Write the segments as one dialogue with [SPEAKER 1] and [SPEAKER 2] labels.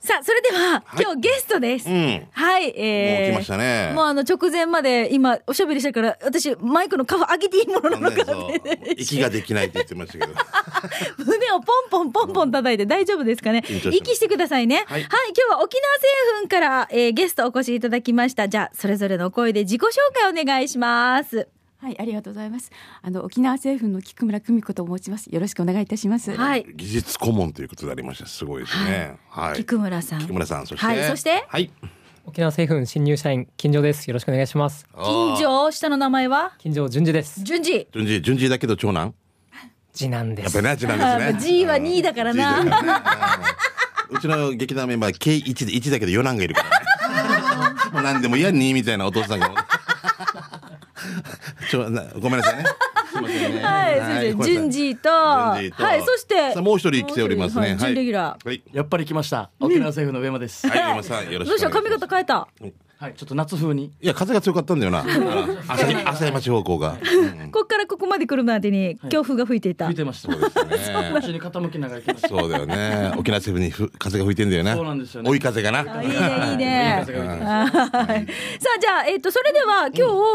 [SPEAKER 1] さあ、それでは、
[SPEAKER 2] はい
[SPEAKER 1] 今日ゲストです。
[SPEAKER 2] うん
[SPEAKER 1] はい、えー。
[SPEAKER 2] もう来ましたね
[SPEAKER 1] もうあの、直前まで、今、おしゃべりしたから、私、マイクのカフ上げていいものなのかって、
[SPEAKER 2] そう息ができないって言ってましたけど
[SPEAKER 1] 胸をポンポンポンポン叩いて大丈夫ですかね
[SPEAKER 2] 緊張してます
[SPEAKER 1] 息してくださいね。は、
[SPEAKER 2] はいい
[SPEAKER 1] 今日は沖縄製粉から、えーゲストお越しいただきました。じゃあ、それぞれの声で自己紹介お願いします。
[SPEAKER 3] はい、ありがとうございます。あの沖縄政府の菊村久美子と申します。よろしくお願いいたします。
[SPEAKER 1] はい。
[SPEAKER 2] 技術顧問ということでありましたすごいですねはい、
[SPEAKER 1] 菊村さん。
[SPEAKER 2] 木村さんそして
[SPEAKER 1] はいそして
[SPEAKER 2] はい
[SPEAKER 4] 沖縄製粉新入社員金城ですよろしくお願いします
[SPEAKER 1] 金城、下の名前は
[SPEAKER 4] 金城淳二です
[SPEAKER 1] 順次。
[SPEAKER 2] 順次順次だけど長男
[SPEAKER 4] 次男で
[SPEAKER 2] やっ
[SPEAKER 4] す
[SPEAKER 2] ぱりね次 男ですね
[SPEAKER 1] G は2位だからな
[SPEAKER 2] うん G だからねうんうちの劇団メンバー K1 で1だけど4男がいるからね もう何でも嫌にみたいなお父さんが ちょなごめんなさいねすいませんね
[SPEAKER 1] はい、先生、順次と、はい、そして
[SPEAKER 2] さあ、もう一人来ております
[SPEAKER 1] も
[SPEAKER 2] ね。
[SPEAKER 1] う一人はい準レギュラー。
[SPEAKER 2] はい。
[SPEAKER 5] やっぱり来ました。沖縄政府の上間です。
[SPEAKER 2] はい、山さん、よろし
[SPEAKER 1] どう
[SPEAKER 2] くお願
[SPEAKER 1] し
[SPEAKER 2] いし
[SPEAKER 1] た
[SPEAKER 2] ます。
[SPEAKER 1] 髪型変えた。
[SPEAKER 5] はい、ちょっと夏風に。
[SPEAKER 2] いや、風が強かったんだよ な。朝日、朝日町方向が。うん
[SPEAKER 1] こっからここまで来るまでに強風が吹いていた。
[SPEAKER 5] 吹いてました。
[SPEAKER 2] そうですね
[SPEAKER 5] 後ろに傾きながら来ました。
[SPEAKER 2] そうだよね。沖縄セブンにふ風が吹いてんだよね。
[SPEAKER 5] そうなんですよね
[SPEAKER 2] 追い風がな。
[SPEAKER 1] あいいね、いいね。
[SPEAKER 5] 風が吹いてました
[SPEAKER 1] はいさあじゃあ、えっとそれでは今日、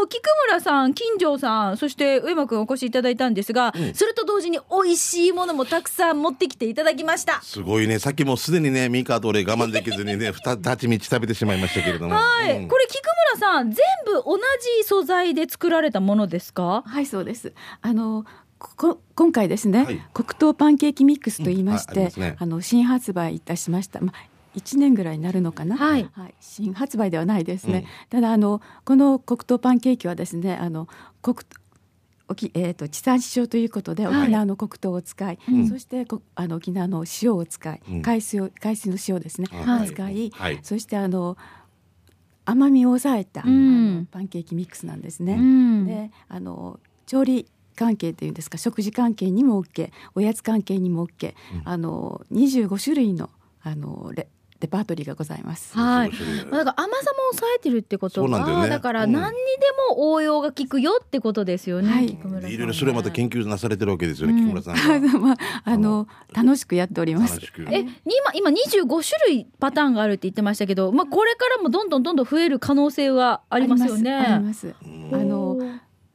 [SPEAKER 1] 菊村さん金城さんそして上間くんお越しいただいたんですが、それと同時に美味しいものもたくさん持ってきていただきました。
[SPEAKER 2] すごいね。さっきもうすでにね、ミカと俺我慢できずにね、二立ち道食べてしまいましたけれども。
[SPEAKER 1] はい、
[SPEAKER 2] うん
[SPEAKER 1] これ菊村さん全部同じ素材で作られたものですか
[SPEAKER 3] はい、そうです。あの。ここ今回ですね、
[SPEAKER 2] はい
[SPEAKER 3] 黒糖パンケーキミックスと言いまし
[SPEAKER 2] うんああり
[SPEAKER 3] て、
[SPEAKER 2] ますね
[SPEAKER 3] あの新発売いたしました、まあ、1年ぐらいになるのかな、
[SPEAKER 1] はい
[SPEAKER 3] 新発売ではないですね、ただあのこの黒糖パンケーキはですねあの黒沖えー、と地産地消ということで
[SPEAKER 1] はい
[SPEAKER 3] 沖縄の黒糖を使い、
[SPEAKER 2] ん
[SPEAKER 3] そしてこあの沖縄の塩を使い、
[SPEAKER 2] うん
[SPEAKER 3] 海水を海水の塩ですね、
[SPEAKER 2] はい
[SPEAKER 3] 使い、
[SPEAKER 2] はい
[SPEAKER 3] そしてあの甘みを抑え
[SPEAKER 1] ん
[SPEAKER 3] た、あのパンケーキミックスなんですね。
[SPEAKER 1] ん
[SPEAKER 3] であの調理関係っていうんですか食事関係にも OK おやつ関係にも OK、あの25種類のあのレレパートリーがございます。
[SPEAKER 1] はい
[SPEAKER 2] 面白いね
[SPEAKER 1] まあだから甘さも抑えてるってこと
[SPEAKER 2] そうなんだよ
[SPEAKER 1] は
[SPEAKER 2] ね
[SPEAKER 1] だから
[SPEAKER 2] うん
[SPEAKER 1] 何にでも応用が効くよってことですよね、
[SPEAKER 3] はい
[SPEAKER 1] 菊村さん
[SPEAKER 2] いろいろそれまた研究なされてるわけですよね、木村さんが。
[SPEAKER 3] まああの楽しくやっております
[SPEAKER 2] 楽。しく。
[SPEAKER 1] えに今今25種類パターンがあるって言ってましたけど、まあ、これからもどんどんどんどん増える可能性はありますよね。
[SPEAKER 3] あります。あ
[SPEAKER 2] う
[SPEAKER 3] り
[SPEAKER 2] ん
[SPEAKER 3] ますあの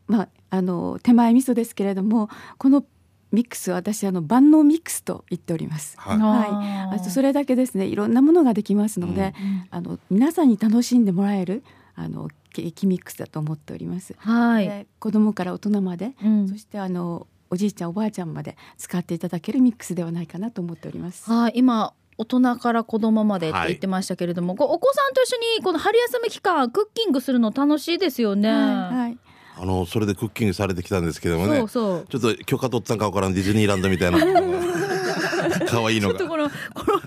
[SPEAKER 3] まああの手前味噌ですけれどもこのミックスは私あの万能ミックスと言っております。
[SPEAKER 2] はい
[SPEAKER 3] はい。あとそれだけですねいろんなものができますので、あの皆さんに楽しんでもらえるあのケーキミックスだと思っております。
[SPEAKER 1] はい、
[SPEAKER 3] で子供から大人まで、
[SPEAKER 1] うん
[SPEAKER 3] そしてあのおじいちゃんおばあちゃんまで使っていただけるミックスではないかなと思っております。
[SPEAKER 1] はい、今大人から子供までって
[SPEAKER 2] はい
[SPEAKER 1] 言ってましたけれども、こうお子さんと一緒にこの春休み期間クッキングするの楽しいですよね。
[SPEAKER 3] はいはい。
[SPEAKER 2] あの、それでクッキングされてきたんですけどもね
[SPEAKER 1] そう。そう。
[SPEAKER 2] ちょっと許可取ったんかわからんディズニーランドみ たいな。可愛いの
[SPEAKER 1] ちょっと
[SPEAKER 2] が。
[SPEAKER 1] このこのこ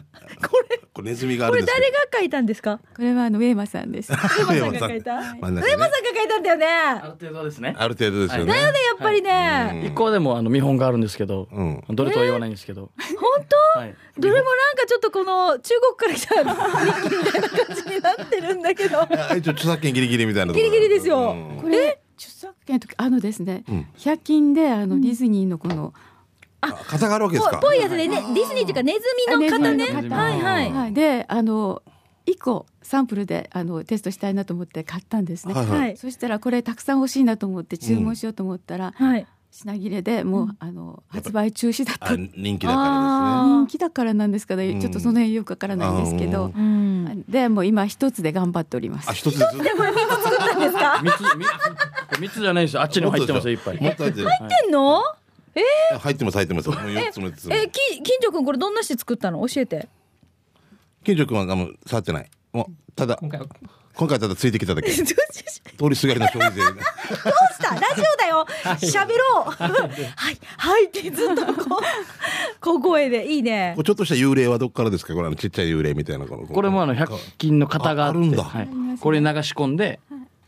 [SPEAKER 1] れ
[SPEAKER 2] これネズミがあ
[SPEAKER 1] こ
[SPEAKER 2] る
[SPEAKER 1] れ
[SPEAKER 2] んです
[SPEAKER 1] 誰が書いたんですか？
[SPEAKER 3] これはあのウェーマさ んです。
[SPEAKER 1] 上間さん
[SPEAKER 2] 上間
[SPEAKER 1] が
[SPEAKER 2] さん
[SPEAKER 1] 書いた。上
[SPEAKER 2] 真ん
[SPEAKER 1] 間
[SPEAKER 2] 中
[SPEAKER 1] さ
[SPEAKER 2] ね
[SPEAKER 1] んが書いたんだよね。
[SPEAKER 5] ある程度はですね。
[SPEAKER 2] ある程度ですよね。
[SPEAKER 5] だ
[SPEAKER 1] やっぱりね、
[SPEAKER 2] うん
[SPEAKER 5] 一個でもあの見本があるんですけど、
[SPEAKER 2] うん
[SPEAKER 5] どれとは言わないんですけど。
[SPEAKER 1] 本当、
[SPEAKER 5] はい。
[SPEAKER 1] どれもなんかちょっとこの中国から来たミッキーみたいな感じになってるんだけど。
[SPEAKER 2] あ一応著作権ギリギリみたいなところ
[SPEAKER 1] ギリギリですよ
[SPEAKER 2] うん
[SPEAKER 3] これ著作権とあのですね、
[SPEAKER 2] うん
[SPEAKER 3] 100均であのディズニーのこの、
[SPEAKER 2] あ傘があるわけです
[SPEAKER 1] ぽ
[SPEAKER 2] か
[SPEAKER 1] ぽいやつでね、ディズニーというかネズミの方ね。
[SPEAKER 3] ネズミの方
[SPEAKER 1] はいはい。
[SPEAKER 2] うん
[SPEAKER 1] は
[SPEAKER 3] はいであの1個サンプルであのテストしたいなと思って買ったんですね。
[SPEAKER 2] はい
[SPEAKER 1] い。は
[SPEAKER 2] はい
[SPEAKER 3] そしたらこれたくさん欲しいなと思って注文しようと思ったら、
[SPEAKER 1] はい。
[SPEAKER 3] 品切れでもう、
[SPEAKER 1] うん
[SPEAKER 3] あの発売中止だった
[SPEAKER 2] あ人気だか
[SPEAKER 3] 人気だからなんですかね、
[SPEAKER 2] うん
[SPEAKER 3] ちょっとその辺よくわからないんですけど、
[SPEAKER 1] うん。
[SPEAKER 3] でもう今一つで頑張っておりま
[SPEAKER 2] らですねあ一
[SPEAKER 3] す。
[SPEAKER 2] つずつ
[SPEAKER 5] 三つ三つ三つじゃないですよ。あっちにも入ってますよいっぱい。
[SPEAKER 2] もっと入ってる
[SPEAKER 5] はい
[SPEAKER 1] てんの？
[SPEAKER 2] 入ってます入ってますもう四つも四つも
[SPEAKER 1] え、き金城くんこれどんなして作ったの？教えて。
[SPEAKER 2] 金城君はもう触ってないもうただ
[SPEAKER 4] 今回は
[SPEAKER 2] 今回ただついてきただけ
[SPEAKER 1] どう
[SPEAKER 2] 通
[SPEAKER 1] し
[SPEAKER 2] りすがりの消費税
[SPEAKER 1] た？ラジオだよ。喋ろう。はいはいってずっとこう小声でいいね
[SPEAKER 2] こ。れちょっとした幽霊はどっからですかこれあのちっちゃい幽霊みたいなこの
[SPEAKER 5] これもあの百均の型があっ
[SPEAKER 2] あ
[SPEAKER 5] て
[SPEAKER 2] あるんだ
[SPEAKER 5] はい。これ流し込んで、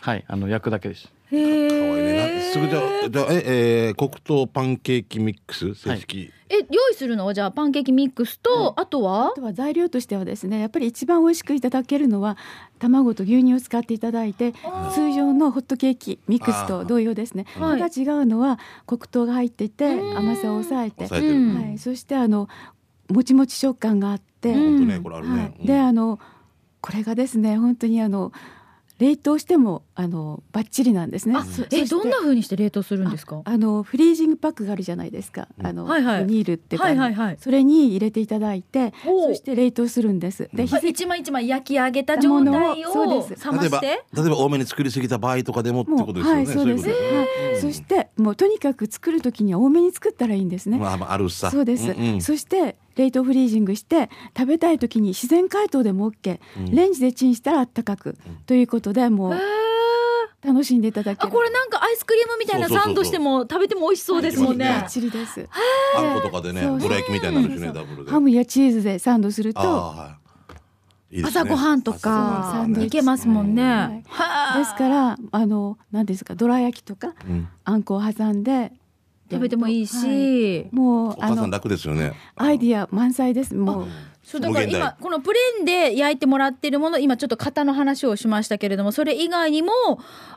[SPEAKER 5] はいあの焼くだけです。
[SPEAKER 1] へ
[SPEAKER 2] かわいいねな
[SPEAKER 1] え。
[SPEAKER 2] すぐじゃあじゃあええー黒糖パンケーキミックス正式
[SPEAKER 1] え用意するのはじゃあパンケーキミックスと、あとは
[SPEAKER 3] あとは材料としてはですねやっぱり一番美味しくいただけるのは卵と牛乳を使っていただいて通常のホットケーキミックスと同様ですね
[SPEAKER 1] はい
[SPEAKER 3] ただ違うのは黒糖が入っていて
[SPEAKER 1] うん
[SPEAKER 3] 甘さを抑えて、
[SPEAKER 2] 抑えてる
[SPEAKER 1] うん
[SPEAKER 3] はい、そしてあのもちもち食感があって、
[SPEAKER 1] うん
[SPEAKER 2] 本当ね、これある
[SPEAKER 3] は
[SPEAKER 2] ね。
[SPEAKER 3] い、であのこれがですね本当にあの冷凍してもあのバッチリなんですね。
[SPEAKER 1] あ
[SPEAKER 3] そそ
[SPEAKER 1] え
[SPEAKER 3] して
[SPEAKER 1] どんな風にして冷凍するんですか
[SPEAKER 3] あのフリージングパックがあるじゃないですか。
[SPEAKER 2] うん
[SPEAKER 3] あの、
[SPEAKER 1] はいはい
[SPEAKER 3] ビニールっていうか
[SPEAKER 1] はいはいはい
[SPEAKER 3] それに入れていただいて、
[SPEAKER 1] おう
[SPEAKER 3] そして冷凍するんです。で、
[SPEAKER 1] あ
[SPEAKER 3] ひ
[SPEAKER 1] 一枚一枚焼き上げた状態
[SPEAKER 3] もの
[SPEAKER 1] を
[SPEAKER 3] をそう
[SPEAKER 1] 冷
[SPEAKER 3] です
[SPEAKER 1] ま
[SPEAKER 2] 例えば、
[SPEAKER 1] し
[SPEAKER 2] 例
[SPEAKER 1] て
[SPEAKER 2] えば多めに作りすぎた場合とかでもって
[SPEAKER 3] も
[SPEAKER 2] ことですよ
[SPEAKER 3] は
[SPEAKER 2] ね。
[SPEAKER 3] いそうです。
[SPEAKER 2] いことよね
[SPEAKER 3] はい、そし。
[SPEAKER 2] うん
[SPEAKER 3] てもうとにかく作る時には多めに作ったらいいんですね。
[SPEAKER 2] まあ、まあ、あるさ。
[SPEAKER 3] そうです、
[SPEAKER 2] んん
[SPEAKER 3] そして冷凍フリージングして食べたい時に自然解凍でも OK、
[SPEAKER 2] うん
[SPEAKER 3] レンジでチンしたらあったかく、ということでも
[SPEAKER 1] へー
[SPEAKER 3] う楽しんでいただけ
[SPEAKER 1] あ
[SPEAKER 3] る
[SPEAKER 1] これなんかアイスクリームみたいな
[SPEAKER 2] そうそうそ
[SPEAKER 1] サ
[SPEAKER 2] う
[SPEAKER 1] ンドしても食べても美味しそうですもん
[SPEAKER 2] いい
[SPEAKER 1] ね
[SPEAKER 2] で
[SPEAKER 3] バッチリです
[SPEAKER 2] あんことかでね、
[SPEAKER 3] そう
[SPEAKER 2] どら焼きみたいになるしね、
[SPEAKER 3] そう
[SPEAKER 2] ダブルで。
[SPEAKER 3] ハムやチーズでサンドする
[SPEAKER 2] ああ
[SPEAKER 3] と
[SPEAKER 2] はいいいですね
[SPEAKER 1] 朝ごはんと
[SPEAKER 3] 朝
[SPEAKER 1] か
[SPEAKER 3] ごはんとか
[SPEAKER 1] いけますもんね
[SPEAKER 3] はい
[SPEAKER 1] はあ
[SPEAKER 3] ですからあの何ですかどら焼きとか
[SPEAKER 2] うん
[SPEAKER 3] あんこを挟んで
[SPEAKER 1] 食べてもいい
[SPEAKER 3] は
[SPEAKER 1] し、
[SPEAKER 3] もう
[SPEAKER 2] お
[SPEAKER 3] あ
[SPEAKER 2] 母さん
[SPEAKER 3] の
[SPEAKER 2] 楽ですよね。
[SPEAKER 3] アイディア満載ですもう
[SPEAKER 1] そうだから
[SPEAKER 2] 無限大
[SPEAKER 1] 今このプレーンで焼いてもらってるもの今ちょっと型の話をしましたけれどもそれ以外にも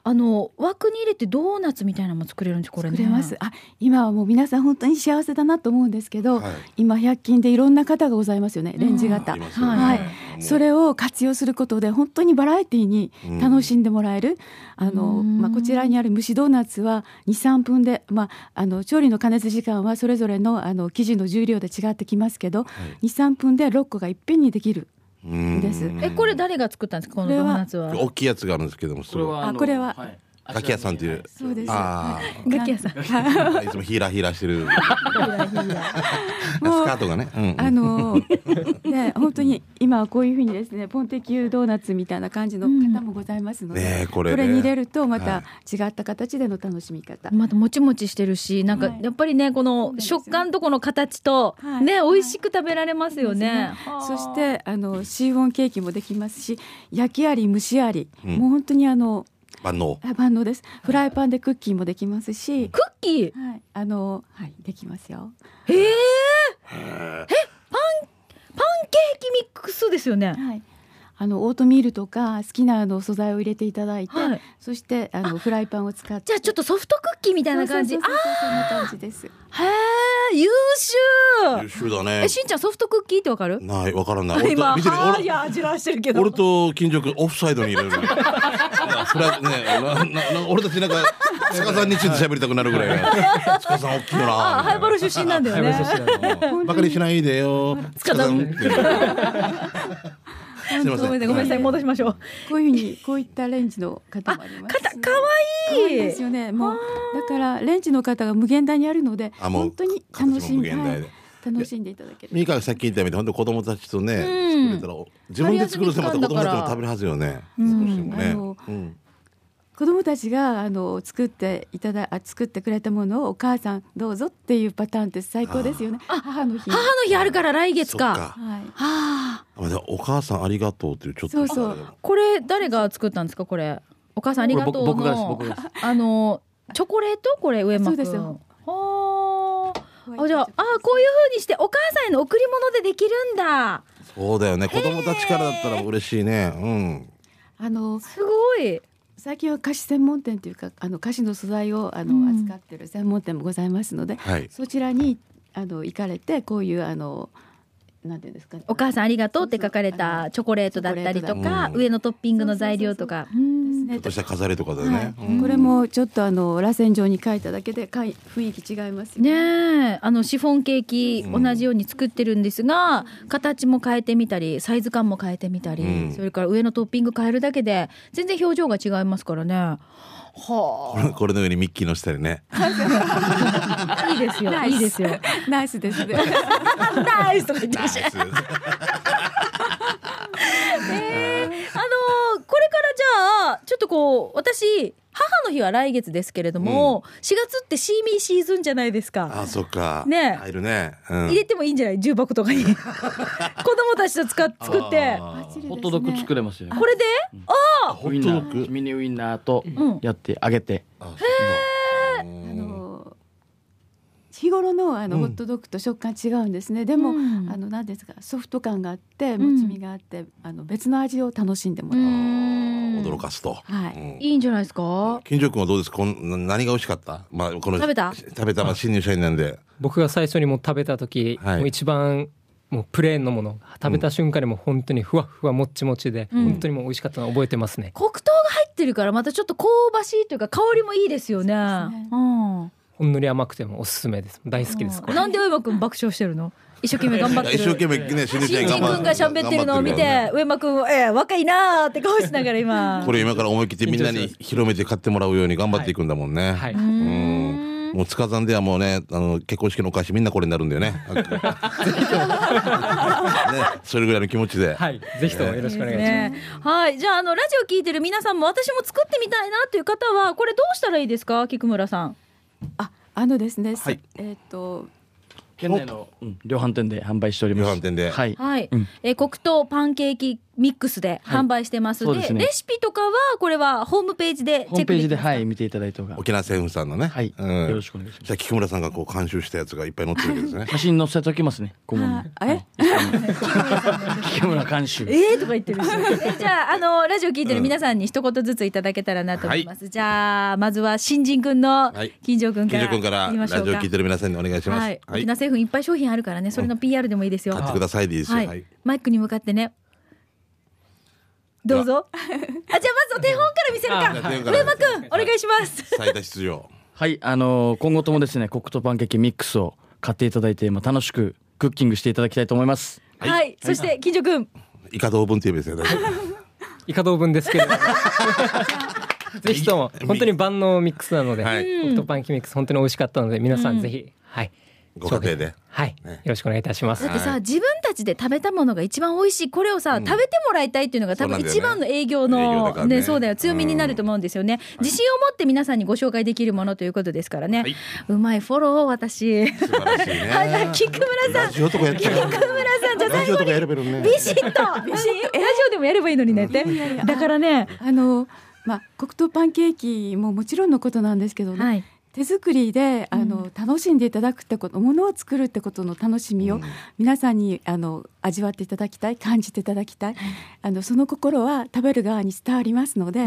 [SPEAKER 1] あの枠に入れてドーナツみたいなのも作れるんですこれ
[SPEAKER 3] 作
[SPEAKER 1] ね
[SPEAKER 3] れます、あ今はもう皆さん本当に幸せだなと思うんですけど、
[SPEAKER 2] はい
[SPEAKER 3] 今100均でいろんな型がございますよねレンジ型、
[SPEAKER 2] いますよね
[SPEAKER 1] はい
[SPEAKER 3] それを活用することで本当にバラエティに楽しんでもらえる、あの
[SPEAKER 1] うん
[SPEAKER 3] まあ、こちらにある蒸しドーナツは23分で、まあ、あの調理の加熱時間はそれぞれのあの生地の重量で違ってきますけど、23分で6個がいっぺんにできる
[SPEAKER 2] うん
[SPEAKER 3] です
[SPEAKER 1] えこれ誰が作ったんですかこの
[SPEAKER 3] これ
[SPEAKER 1] ド
[SPEAKER 3] は
[SPEAKER 1] ーナツは
[SPEAKER 2] 大きいやつがあるんですけども、そ
[SPEAKER 5] これは
[SPEAKER 3] あ
[SPEAKER 5] あの
[SPEAKER 3] これは
[SPEAKER 5] はい
[SPEAKER 2] ガキ屋さんっていう
[SPEAKER 3] そうです
[SPEAKER 2] ああ
[SPEAKER 1] ガキ屋さん
[SPEAKER 2] はいいつもヒラヒラしてる。 スカートがね。うん
[SPEAKER 3] あのね本当に今はこういうふうにですねポンテキュードーナツみたいな感じの方もございますので、
[SPEAKER 2] ねえこれね
[SPEAKER 3] に入れるとまた違った形での楽しみ方、
[SPEAKER 1] またもちもちしてるしなんか
[SPEAKER 3] はい
[SPEAKER 1] やっぱりねこの
[SPEAKER 3] ですよね
[SPEAKER 1] 食感とこの形と
[SPEAKER 3] はい
[SPEAKER 1] ね
[SPEAKER 3] はい
[SPEAKER 1] 美味しく食べられますよね
[SPEAKER 3] そしてあのシーウォンケーキもできますし焼きあり蒸しあり、
[SPEAKER 2] うん
[SPEAKER 3] もう本当にあの
[SPEAKER 2] 万能。
[SPEAKER 3] あ万能ですフライパンでクッキーもできますし、
[SPEAKER 1] クッキー
[SPEAKER 3] はい、あのはいできますよ
[SPEAKER 1] えー、えパンパンケーキミックスですよね
[SPEAKER 3] はいあのオートミールとか好きなあの素材を入れていただいて、
[SPEAKER 1] はい
[SPEAKER 3] そしてあのフライパンを使って
[SPEAKER 1] じゃあちょっとソフトクッキーみたいな感じ
[SPEAKER 3] そうそうそうそうそんな感じです
[SPEAKER 1] あへえ優秀
[SPEAKER 2] 優秀だね
[SPEAKER 1] え。しんちゃんソフトクッキーってわかる
[SPEAKER 2] ない、わからない。俺
[SPEAKER 1] 今
[SPEAKER 2] と、見てる
[SPEAKER 1] はー
[SPEAKER 2] 俺
[SPEAKER 1] いやじらしてるけど
[SPEAKER 2] 俺と金城君オフサイドに入れる。なんかフラね、ななな俺たちなんか、塚さんについて喋りたくなるぐらい。塚さん大きいよな。
[SPEAKER 1] あハイボール出身なんだよね
[SPEAKER 4] ハイボール出身な
[SPEAKER 2] うんバカにしないでよ。塚さん。すみま
[SPEAKER 1] ご
[SPEAKER 2] せ
[SPEAKER 1] めんなさい
[SPEAKER 2] ん。
[SPEAKER 1] ごめんなさい戻しましょう
[SPEAKER 3] こういうふうにこういったレンジの方もあります
[SPEAKER 1] 肩か
[SPEAKER 3] 可
[SPEAKER 1] わい
[SPEAKER 3] 愛
[SPEAKER 1] い
[SPEAKER 3] いですよねもうだからレンジの方が無限大にあるので
[SPEAKER 2] あもう
[SPEAKER 3] 本当に楽
[SPEAKER 2] 形
[SPEAKER 3] し
[SPEAKER 2] も
[SPEAKER 3] ん
[SPEAKER 2] 無
[SPEAKER 3] で
[SPEAKER 2] 限大で
[SPEAKER 3] はい楽しんでいただける
[SPEAKER 2] ミカがさっき言ったみたいに、本当子供たちとね、
[SPEAKER 1] うん
[SPEAKER 2] 作れたら、自分で作るとまた子供たちも食べるはずよね。
[SPEAKER 1] うん
[SPEAKER 3] あ
[SPEAKER 2] ね。
[SPEAKER 3] の
[SPEAKER 2] うん
[SPEAKER 3] 子供たちがあの作っていただあ作ってくれたものをお母さんどうぞっていうパターンって最高ですよね母の日
[SPEAKER 1] 母の日あるから来月か
[SPEAKER 2] そっか
[SPEAKER 3] はい
[SPEAKER 1] はあ
[SPEAKER 2] あでもお母さんありがとうっていうちょっと
[SPEAKER 3] そうそう
[SPEAKER 1] これ誰が作ったんですかこれお母さんありがとうの
[SPEAKER 5] これ僕僕がです僕がで
[SPEAKER 1] あのチョコレートこれ上間く
[SPEAKER 3] そうんですよ
[SPEAKER 1] はああじゃああこういう風にしてお母さんへの贈り物でできるんだ
[SPEAKER 2] そうだよね子供たちからだったら嬉しいねうん
[SPEAKER 3] あの
[SPEAKER 1] すごい
[SPEAKER 3] 最近は菓子専門店というかあの菓子の素材をあの、
[SPEAKER 1] うん
[SPEAKER 3] 扱ってる専門店もございますので、
[SPEAKER 2] はい
[SPEAKER 3] そちらにあの行かれてこういうあのなんていうんですか、
[SPEAKER 1] お母さんありがとうって書かれたチョコレートだったりと
[SPEAKER 2] チョコレー
[SPEAKER 1] か
[SPEAKER 2] トだ
[SPEAKER 1] 上のトッピングの材料とか
[SPEAKER 3] です
[SPEAKER 2] ちょ
[SPEAKER 3] ね
[SPEAKER 2] っとした飾りとかだよ
[SPEAKER 3] は
[SPEAKER 2] ね、
[SPEAKER 3] い
[SPEAKER 2] うん
[SPEAKER 3] これもちょっとあの螺旋状に書いただけでかい雰囲気違いますよ
[SPEAKER 1] ねえあのシフォンケーキ
[SPEAKER 2] うん
[SPEAKER 1] 同じように作ってるんですが、形も変えてみたりサイズ感も変えてみたり、
[SPEAKER 2] うん
[SPEAKER 1] それから上のトッピング変えるだけで全然表情が違いますからね
[SPEAKER 2] こ
[SPEAKER 1] は
[SPEAKER 2] れこれの上にミッキーの下 にね
[SPEAKER 1] あいいですよ
[SPEAKER 3] ナイス
[SPEAKER 1] いいですよ
[SPEAKER 3] ナイスで すね。
[SPEAKER 1] ナイスとか言って
[SPEAKER 2] ナ
[SPEAKER 1] ま
[SPEAKER 2] イ
[SPEAKER 1] し
[SPEAKER 2] ス
[SPEAKER 1] たあのーこれからじゃあちょっとこう私母の日は来月ですけれども、4月ってシーミーシーズンじゃないですか
[SPEAKER 2] あそっか
[SPEAKER 1] ね
[SPEAKER 2] 入るね、うん
[SPEAKER 1] 入れてもいいんじゃない重箱とかに子供たちと使っ作って
[SPEAKER 5] あー
[SPEAKER 3] バッチリですね
[SPEAKER 5] ホットドッグ作れますよ
[SPEAKER 1] これで
[SPEAKER 2] ホ
[SPEAKER 5] ウイン
[SPEAKER 2] ットド
[SPEAKER 5] ナ
[SPEAKER 2] ッグ
[SPEAKER 5] ーミニウインナーと
[SPEAKER 1] ん
[SPEAKER 5] やってあげて
[SPEAKER 2] あそっかう
[SPEAKER 3] あ
[SPEAKER 2] ん
[SPEAKER 3] の日頃のあの
[SPEAKER 2] うん
[SPEAKER 3] ホットドッグと食感違うんですね。でも、
[SPEAKER 1] うん
[SPEAKER 3] あの何ですかソフト感があって
[SPEAKER 1] ん
[SPEAKER 3] もちみがあって、あの別の味を楽しんでもらう。
[SPEAKER 1] うん
[SPEAKER 2] 驚かすと、
[SPEAKER 3] はい
[SPEAKER 2] うん
[SPEAKER 1] いいんじゃないですか
[SPEAKER 2] 金城君はどうですこんな何が美味しかったまあこの
[SPEAKER 1] 食べた
[SPEAKER 2] 食べたまあ新入社員なんで
[SPEAKER 4] 僕が最初にもう食べた時、
[SPEAKER 2] はい
[SPEAKER 4] もう一番もうプレーンのもの食べた瞬間にもう本当にふわっふわもっちもちで、
[SPEAKER 1] うん
[SPEAKER 4] 本当にもう美味しかったのを覚えてますね
[SPEAKER 1] 黒糖が入ってるからまたちょっと香ばしいというか香りもいいですよね。
[SPEAKER 3] そうですね
[SPEAKER 1] うん。
[SPEAKER 4] ほんのり甘くてもおすすめです大好きですこれ
[SPEAKER 1] なんで上間くん爆笑してるの？一生懸命頑張ってる。
[SPEAKER 2] 一生懸命ね、しんちゃ
[SPEAKER 1] 新
[SPEAKER 2] ん
[SPEAKER 1] 人
[SPEAKER 2] 頑張
[SPEAKER 1] 君が喋ってるのを見
[SPEAKER 2] 頑張って
[SPEAKER 1] て、上間くんは、えー、若いなーって顔しながら今。
[SPEAKER 2] これ今から思い切ってみんなに広めて買ってもらうように頑張っていくんだもんね。
[SPEAKER 4] はい、
[SPEAKER 1] うー
[SPEAKER 2] うん
[SPEAKER 1] ん。
[SPEAKER 2] もう塚さんではもうね、あの結婚式のお返しみんなこれになるんだ よね。 ね、それぐらいの気持ちで。
[SPEAKER 4] はい、ぜひともよろしくお願いします、
[SPEAKER 1] ねはい。じゃあ、あの、ラジオ聞いてる皆さんも、私も作ってみたいなという方は、これどうしたらいいですか菊村さん。
[SPEAKER 3] あ、あのですね。
[SPEAKER 2] はい
[SPEAKER 3] えっ、と、
[SPEAKER 5] 現在の、うん量販店で販売しております
[SPEAKER 2] 量販店で
[SPEAKER 5] はい
[SPEAKER 1] はい。
[SPEAKER 5] うん
[SPEAKER 1] えー黒糖パンケーキミックスで販売してます。
[SPEAKER 5] はいそうですね
[SPEAKER 1] レシピとかは、これはホームページで
[SPEAKER 5] ホー
[SPEAKER 1] チェ
[SPEAKER 5] ム
[SPEAKER 1] ック
[SPEAKER 5] ペ
[SPEAKER 1] で
[SPEAKER 5] ー
[SPEAKER 1] き
[SPEAKER 5] ジで
[SPEAKER 1] ますか
[SPEAKER 5] はい見ていただいた方が
[SPEAKER 2] 沖縄政府さんのね。
[SPEAKER 5] はい
[SPEAKER 2] うん
[SPEAKER 5] よろしくお願いします
[SPEAKER 2] じゃあ、菊村さんがこう監修したやつがいっぱい載ってるわけですね。
[SPEAKER 5] 写真載せときますねここに
[SPEAKER 3] あえ
[SPEAKER 5] はい木村監修
[SPEAKER 1] えーとか言って るしじゃあ、あの、ラジオ聞いてる皆さんに一言ずついただけたらなと思います。じゃあ、まずは新人くんの
[SPEAKER 2] はい、
[SPEAKER 1] 金城くんから。
[SPEAKER 2] 金城君から
[SPEAKER 1] いき
[SPEAKER 2] ラ
[SPEAKER 1] ま
[SPEAKER 2] ジ
[SPEAKER 1] しょう
[SPEAKER 2] オ
[SPEAKER 1] か
[SPEAKER 2] 聞いてる皆さんにお願いします。
[SPEAKER 1] はい。
[SPEAKER 2] は
[SPEAKER 1] 沖
[SPEAKER 2] い。
[SPEAKER 1] 縄製粉いっぱい商品あるからね、それの PR でもいいですよ。
[SPEAKER 2] 買ってくださいでいいですよ。
[SPEAKER 1] は
[SPEAKER 2] はい
[SPEAKER 1] い。。マイクに向かってね。どうぞ。あ、じゃあまずお手本から見せるか。
[SPEAKER 2] じゃあ手をから
[SPEAKER 1] 上間くん、お願いします。
[SPEAKER 2] 最多出場。
[SPEAKER 5] はいあのー今後ともですねコクとパンケーキミックスを買っていただいてまあ楽しくクッキングしていただきたいと思います
[SPEAKER 1] はい。そして、金城くん。
[SPEAKER 2] イカ同分っていうですね。大丈夫
[SPEAKER 4] イカ同分ですけれど もぜひとも
[SPEAKER 2] 右
[SPEAKER 4] 本当に万能ミックスなので、
[SPEAKER 2] は
[SPEAKER 4] はいい、ホットパンキミックス本当に美味しかったので皆さんぜひ、はい
[SPEAKER 2] ご家庭で。
[SPEAKER 4] はい、
[SPEAKER 2] ね
[SPEAKER 4] よろしくお願いいたします
[SPEAKER 1] だってさ、
[SPEAKER 2] はい
[SPEAKER 1] 自分たちで食べたものが一番美味しいこれをさ、食べてもらいたいっていうのが多分
[SPEAKER 2] そうなんだよね
[SPEAKER 1] 一番の営業
[SPEAKER 2] 営業だ
[SPEAKER 1] の
[SPEAKER 2] から
[SPEAKER 1] ね
[SPEAKER 2] ね
[SPEAKER 1] そうだよ強みになると思うんですよね、自信を持って皆さんにご紹介できるものということですからね、
[SPEAKER 2] いう
[SPEAKER 1] まいフォロー私はい
[SPEAKER 2] 素晴らしいね。
[SPEAKER 1] じゃあ菊村さ
[SPEAKER 2] ラ
[SPEAKER 1] ん
[SPEAKER 2] ジオとかやっちゃう。
[SPEAKER 1] 菊村さんじゃあ
[SPEAKER 2] ラ
[SPEAKER 1] 最
[SPEAKER 2] ジオ
[SPEAKER 1] 後
[SPEAKER 2] とか
[SPEAKER 1] に
[SPEAKER 2] やればいいのにね
[SPEAKER 1] ビ。シッとラジオでもやればいいのにねってだからね
[SPEAKER 3] あの、まあ、黒糖パンケーキももちろんのことなんですけどね。
[SPEAKER 1] はい
[SPEAKER 3] 手作りであの、楽しんでいただくってことものを作るってことの楽しみを、皆さんにあの味わっていただきたい感じていただきたい、あのその心は食べる側に伝わりますので、は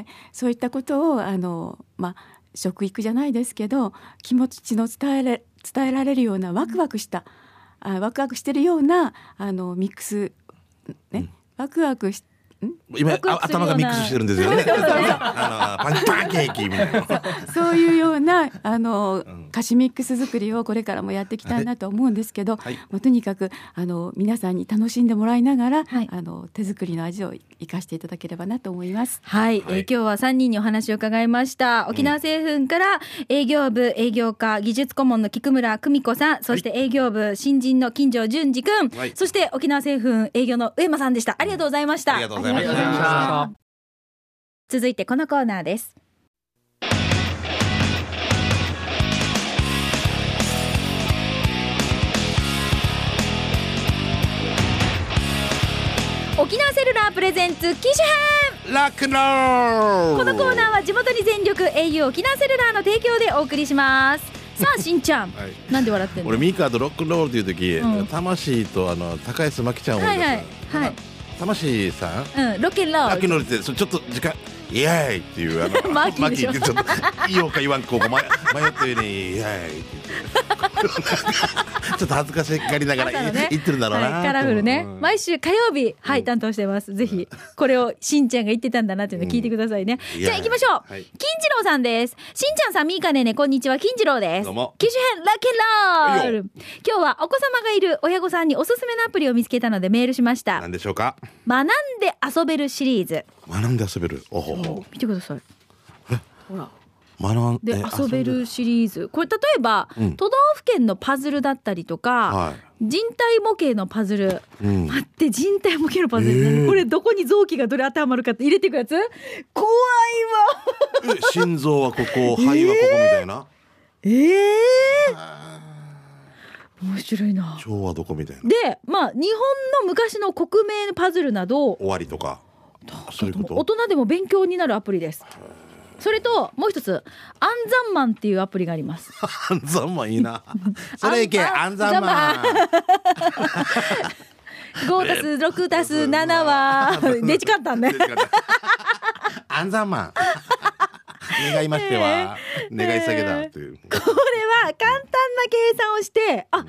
[SPEAKER 3] い、そういったことをあの、まあ、食育じゃないですけど気持ちの伝えれ伝えられるようなワクワクした、あワクワクしてるようなあのミックス、ねワクワクしん
[SPEAKER 2] 今、
[SPEAKER 1] ワクワ
[SPEAKER 2] あ
[SPEAKER 1] クするよう
[SPEAKER 2] 頭
[SPEAKER 1] な
[SPEAKER 2] がミックスしてるんですよね。あの、パンパンケーキみたいな。
[SPEAKER 3] そういうようなあの
[SPEAKER 2] ん
[SPEAKER 3] 菓子ミックス作りをこれからもやっていきたいなと思うんですけど、
[SPEAKER 2] はい
[SPEAKER 3] もうとにかくあの皆さんに楽しんでもらいながら、
[SPEAKER 1] はい
[SPEAKER 3] あの手作りの味を生かしていただければなと思います。
[SPEAKER 1] はい、
[SPEAKER 2] は
[SPEAKER 1] えー
[SPEAKER 2] い
[SPEAKER 1] 今日は3人にお話を伺いました沖縄製粉から営業部営業課技術顧問の菊村久美子さんそして営業部新人の金城淳二君、
[SPEAKER 2] はい
[SPEAKER 1] そして沖縄製粉営業の上間さんでしたありがとうございました
[SPEAKER 2] ありがとうございました。
[SPEAKER 1] 続いてこのコーナーです沖縄セルラープレゼンツ機種編
[SPEAKER 2] ラックンロール
[SPEAKER 1] このコーナーは地元に全力 au 沖縄セルラーの提供でお送りしますさあしんちゃん、
[SPEAKER 2] はい
[SPEAKER 1] なんで笑ってんの
[SPEAKER 2] 俺ミカとロックンロールっていう時、
[SPEAKER 1] うん
[SPEAKER 2] 魂とあの高安真希ちゃんを思
[SPEAKER 1] はいい
[SPEAKER 2] 出し
[SPEAKER 1] はい
[SPEAKER 2] た、
[SPEAKER 1] はい
[SPEAKER 2] 魂さん
[SPEAKER 1] うんロケンロ
[SPEAKER 2] ラッ
[SPEAKER 1] ー
[SPEAKER 2] クン
[SPEAKER 1] ル
[SPEAKER 2] ロールってそれちょっと時間イエーイっていうあの
[SPEAKER 1] マキでしょ
[SPEAKER 2] マってちょっと言おうか言わんかこう迷迷ったようにイエーイって言ってちょっと恥ずかしがりなが
[SPEAKER 1] 朝
[SPEAKER 2] ら、
[SPEAKER 1] のね
[SPEAKER 2] 言ってるんだろうなと思
[SPEAKER 1] は
[SPEAKER 2] う、
[SPEAKER 1] い、カラフルね、
[SPEAKER 2] うん
[SPEAKER 1] 毎週火曜日はい担当してます、ぜひこれをしんちゃんが言ってたんだなっていうのを聞いてくださいね、
[SPEAKER 2] うん
[SPEAKER 1] じゃあ行きましょう、
[SPEAKER 2] はい
[SPEAKER 1] 金次郎さんですしんちゃんさんみーかねーねこんにちは金次郎です
[SPEAKER 2] どうも
[SPEAKER 1] 機種編ラッケンロー
[SPEAKER 2] は
[SPEAKER 1] ル今日はお子様がいる親御さんにおすすめのアプリを見つけたのでメールしました
[SPEAKER 2] なんでしょうか
[SPEAKER 1] 学んで遊べるシリーズ
[SPEAKER 2] 学んで遊べるおほ
[SPEAKER 1] 見てください
[SPEAKER 2] 学ん
[SPEAKER 1] で
[SPEAKER 2] え
[SPEAKER 1] 遊べるシリーズこれ例えば、
[SPEAKER 2] うん
[SPEAKER 1] 都道府県のパズルだったりとか、
[SPEAKER 2] は
[SPEAKER 1] 人体模型のパズル、
[SPEAKER 2] うん
[SPEAKER 1] 待って人体模型のパズル、
[SPEAKER 2] えー
[SPEAKER 1] これどこに臓器がどれ当てはまるかって入れていくやつ怖いわ
[SPEAKER 2] え心臓はここ肺はここみたいな、
[SPEAKER 1] ええ面白いな
[SPEAKER 2] 腸はどこみたいな
[SPEAKER 1] でまあ日本の昔の国名パズルなど
[SPEAKER 2] 終わりとかそういうこと
[SPEAKER 1] 大人でも勉強になるアプリですそれともう一つ「暗算マン」っていうアプリがあります
[SPEAKER 2] 安山マンい いな。それいけ、安
[SPEAKER 1] 安
[SPEAKER 2] 山
[SPEAKER 1] 山
[SPEAKER 2] マン。
[SPEAKER 1] 5たす6たす7はデジ簡単ね
[SPEAKER 2] 安山マン。願いましては、願い下げだという。
[SPEAKER 1] これは簡単な計算をしてあ敵を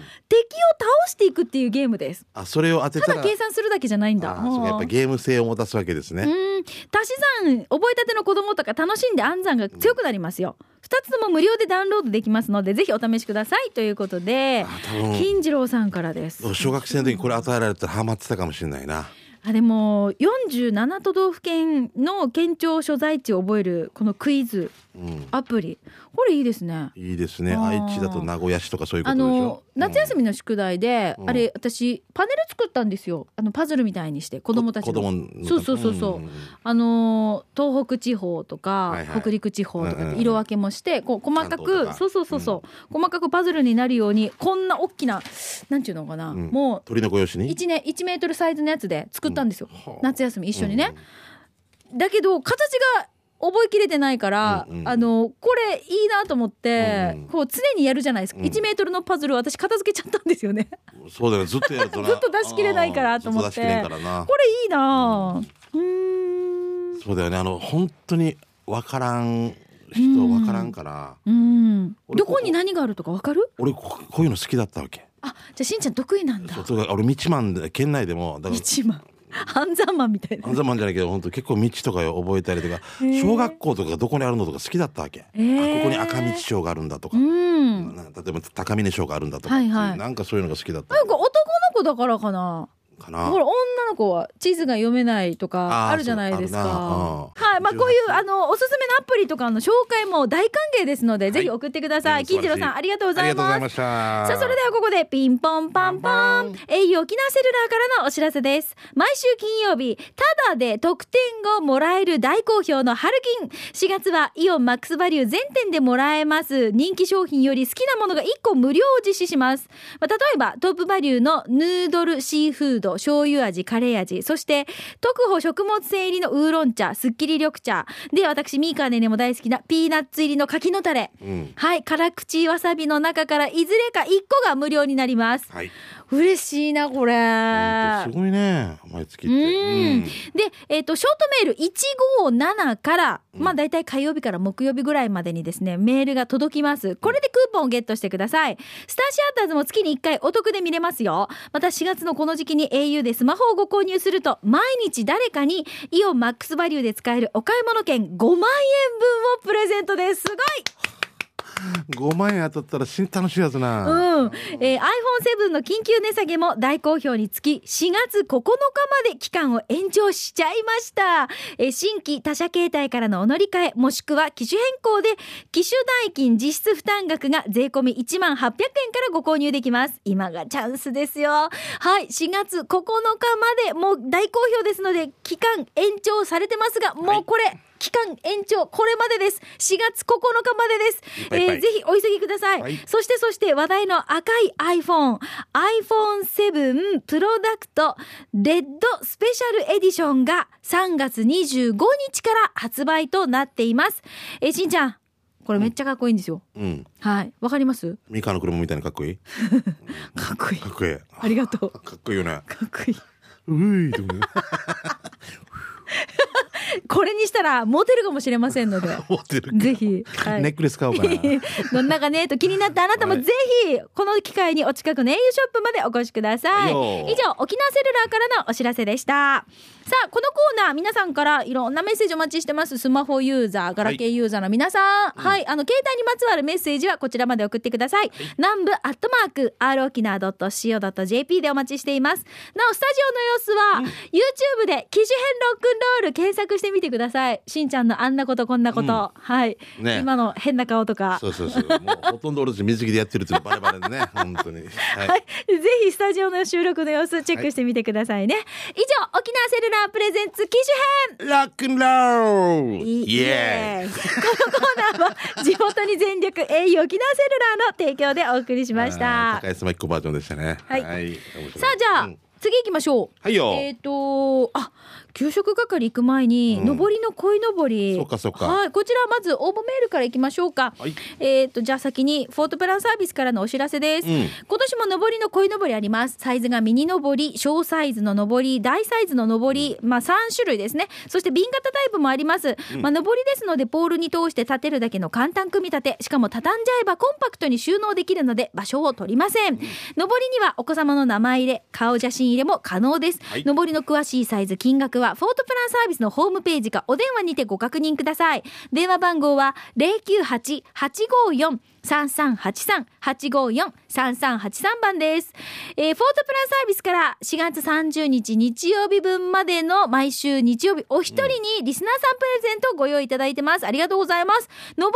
[SPEAKER 1] 倒していくっていうゲームです
[SPEAKER 2] あ、それを当て
[SPEAKER 1] た
[SPEAKER 2] た
[SPEAKER 1] だ
[SPEAKER 2] ら。
[SPEAKER 1] 計算するだけじゃないんだ
[SPEAKER 2] あーそうかやっぱゲーム性を持たすわけです
[SPEAKER 1] う
[SPEAKER 2] ね。
[SPEAKER 1] ん足し算覚えたての子供とか楽しんで暗算が強くなりますよ2つとも無料でダウンロードできますのでぜひお試しくださいということで
[SPEAKER 2] あ、多分。
[SPEAKER 1] 金次郎さんからです
[SPEAKER 2] 小学生の時にこれ与えられたらハマってたかもしれないな。
[SPEAKER 1] あでも47都道府県の県庁所在地を覚えるこのクイズ
[SPEAKER 2] うん。
[SPEAKER 1] アプリこれいいですね
[SPEAKER 2] いいですね。
[SPEAKER 1] あー
[SPEAKER 2] 愛知だと名古屋市とかそういうこ
[SPEAKER 1] あ
[SPEAKER 2] とでし
[SPEAKER 1] の
[SPEAKER 2] ょ。
[SPEAKER 1] 夏休
[SPEAKER 2] み
[SPEAKER 1] みの宿題で、
[SPEAKER 2] うん
[SPEAKER 1] あれ私パネル作ったんですよあのパズルみたいにして子供たち
[SPEAKER 2] 子
[SPEAKER 1] の
[SPEAKER 2] 供の
[SPEAKER 1] そうそうそうそうあのー東北地方とか、
[SPEAKER 2] はいはい
[SPEAKER 1] 北陸地方と
[SPEAKER 2] うん
[SPEAKER 1] かっ
[SPEAKER 2] うんう
[SPEAKER 1] て
[SPEAKER 2] ん
[SPEAKER 1] 色分けもして、こう細か
[SPEAKER 2] 関東
[SPEAKER 1] く
[SPEAKER 2] とか
[SPEAKER 1] そうそうそうそう、細かくパズルになるようにこんな大きななんていうのかな、
[SPEAKER 2] うん
[SPEAKER 1] も
[SPEAKER 2] 鳥の子用紙
[SPEAKER 1] う
[SPEAKER 2] に。
[SPEAKER 1] 1年1メートルサイズのやつで作ったんですよ、
[SPEAKER 2] はあ
[SPEAKER 1] 夏休み一緒にね、だけど形が覚えきれてないから、
[SPEAKER 2] うんうん
[SPEAKER 1] あのこれいいなと思って、
[SPEAKER 2] うんうん
[SPEAKER 1] こう常にやるじゃないですか、
[SPEAKER 2] うん
[SPEAKER 1] 1メートルのパズルを私片付けちゃったんですよね
[SPEAKER 2] うん。そうだよね。ずっとやるとな。
[SPEAKER 1] ずっと出し切れないからと思って
[SPEAKER 2] ずと出し切れんからな
[SPEAKER 1] こ。れいいなぁうーん
[SPEAKER 2] そうだよね。あの本当にわからん人わからんから。
[SPEAKER 1] うん
[SPEAKER 2] 俺
[SPEAKER 1] ど
[SPEAKER 2] ここ
[SPEAKER 1] こに何があるとかわかる
[SPEAKER 2] 俺ここういうの好きだったわけ。
[SPEAKER 1] あじゃあしんちゃん得意なんだ
[SPEAKER 2] そうそう俺道マンで県内でもだから
[SPEAKER 1] 一番半沢マンみたいな
[SPEAKER 2] 安座マンじゃないけど本当結構道とかを覚えたりとか
[SPEAKER 1] ー
[SPEAKER 2] 小学校とかがどこにあるのとか好きだったわけ、
[SPEAKER 1] へー
[SPEAKER 2] あここに赤道町があるんだとか、
[SPEAKER 1] うんなんか
[SPEAKER 2] な例えば高峰町があるんだとか、
[SPEAKER 1] はいはい
[SPEAKER 2] なんかそういうのが好きだった
[SPEAKER 1] 男の子だからかな
[SPEAKER 2] か
[SPEAKER 1] ほ
[SPEAKER 2] な
[SPEAKER 1] ら女の子は地図が読めないとか
[SPEAKER 2] あー
[SPEAKER 1] あるじゃないです
[SPEAKER 2] そうある
[SPEAKER 1] か
[SPEAKER 2] なうん
[SPEAKER 1] はいまあこういうあのおすすめのアプリとかの紹介も大歓迎ですので、
[SPEAKER 2] い
[SPEAKER 1] ぜひ送ってください
[SPEAKER 2] うん素晴
[SPEAKER 1] 金
[SPEAKER 2] らしい
[SPEAKER 1] 次郎さんありがとうございます
[SPEAKER 2] したさ
[SPEAKER 1] さあそれではここでピンポンパンポン au 沖縄セルラーからのお知らせです毎週金曜日ただで特典をもらえる大好評の春金4月はイオンマックスバリュー全店でもらえます人気商品より好きなものが1個無料を実施しますまあ例えばトップバリューのヌードルシーフード醤油味カレー味そして特保食物繊維入りのウーロン茶すっきり緑茶で私ミーカーネネも大好きなピーナッツ入りの柿のタレ
[SPEAKER 2] うん
[SPEAKER 1] はい、辛口わさびの中からいずれか一個が無料になります。
[SPEAKER 2] はい
[SPEAKER 1] 嬉しいな、これ。
[SPEAKER 2] ほんとすごいね毎月って
[SPEAKER 1] うんで、えっ、と、ショートメール157から、
[SPEAKER 2] うん
[SPEAKER 1] まあ大体火曜日から木曜日ぐらいまでにですね、メールが届きます。これでクーポンをゲットしてください。スターシアターズも月に1回お得で見れますよ。また4月のこの時期に au でスマホをご購入すると、毎日誰かにイオンマックスバリューで使えるお買い物券5万円分をプレゼントです。すごい
[SPEAKER 2] 5万円当たったら新楽しいやつな、
[SPEAKER 1] うん、えー、iPhone7 の緊急値下げも大好評につき4月9日まで期間を延長しちゃいました、えー新規他社携帯からのお乗り換えもしくは機種変更で機種代金実質負担額が税込み1万800円からご購入できます今がチャンスですよはい4月9日までもう大好評ですので期間延長されてますがもうこれ、期間延長これまでです4月9日までです
[SPEAKER 2] いっぱいいっぱい
[SPEAKER 1] えーぜひお急ぎください、
[SPEAKER 2] はい
[SPEAKER 1] そしてそして話題の赤い iPhone、iPhone7 プロダクトレッドスペシャルエディションが3月25日から発売となっています。えー、しんちゃん、これめっちゃかっこいいんですよ。
[SPEAKER 2] うん、
[SPEAKER 1] はい。わかります
[SPEAKER 2] ミカの車みたいにかっこいい
[SPEAKER 1] かっこいい
[SPEAKER 2] かっこいい
[SPEAKER 1] ありがとう。か
[SPEAKER 2] かっこいいよね
[SPEAKER 1] っこいい。
[SPEAKER 2] ういでもね
[SPEAKER 1] これにしたら モテるかもしれませんので。
[SPEAKER 2] 持ってる
[SPEAKER 1] ぜひ、はい
[SPEAKER 2] ネックレス買おうかな
[SPEAKER 1] どんなかねと気になったあなたも
[SPEAKER 2] はい
[SPEAKER 1] ぜひこの機会にお近くの au ショップまでお越しくださ。
[SPEAKER 2] は
[SPEAKER 1] 以
[SPEAKER 2] いい
[SPEAKER 1] 上
[SPEAKER 2] よ
[SPEAKER 1] 沖縄セルラーからのお知らせでした。さあこのコーナー皆さんからいろんなメッセージお待ちしてます。スマホユーザー、ガラケーユーザーの皆さん、はい、あの携帯にまつわるメッセージはこちらまで送ってください。南部アットマーク r 沖縄ドット co ドット jp でお待ちしています。なおスタジオの様子は、YouTube で機種編ロックンロール検索してみてください。しんちゃんのあんなことこんなこと、はい、
[SPEAKER 2] ね
[SPEAKER 1] 今の変な顔とか。
[SPEAKER 2] そうそうそう。もうほとんど俺たち水着でやってるっていうのバレバレで ね、本当に。は。
[SPEAKER 1] はいい、ぜひスタジオの収録の様子チェックしてみてくださいね、以上沖縄セルラープレゼンツ機種編
[SPEAKER 2] ロックンロールイ
[SPEAKER 1] イ
[SPEAKER 2] エーイ
[SPEAKER 1] エーイこのコーナーは地元に全力 au 沖縄セルラーの提供でお送りしました
[SPEAKER 2] あー高安真紀子バージョンでしたね。
[SPEAKER 1] はい
[SPEAKER 2] 面
[SPEAKER 1] さ
[SPEAKER 2] 白い
[SPEAKER 1] あじゃあ、
[SPEAKER 2] うん
[SPEAKER 1] 次行きましょう
[SPEAKER 2] はいよ。
[SPEAKER 1] えっ、ととあ給食係行く前に、
[SPEAKER 2] うん
[SPEAKER 1] 上りの鯉のぼり
[SPEAKER 2] そっかそっか
[SPEAKER 1] はいこちらまず応募メールから行きましょうか、
[SPEAKER 2] はい
[SPEAKER 1] えっ、とじゃあ先にフォートプランサービスからのお知らせです、
[SPEAKER 2] うん
[SPEAKER 1] 今年も上りの鯉のぼりありますサイズがミニ上り小サイズの上り大サイズの上りまあ3種類ですねそして瓶型タイプもあります、まあ上りですのでポールに通して立てるだけの簡単組み立てしかも畳んじゃえばコンパクトに収納できるので場所を取りません、上りにはお子様の名前入れ顔写真入れも可能です、
[SPEAKER 2] はい
[SPEAKER 1] 上りの詳しいサイズ金額はフォートプランサービスのホームページかお電話にてご確認ください電話番号は098854 3383-854-3383番です、えーフォートプランサービスから4月30日日曜日分までの毎週日曜日お一人にリスナーさんプレゼントをご用意いただいてますありがとうございます上りの鯉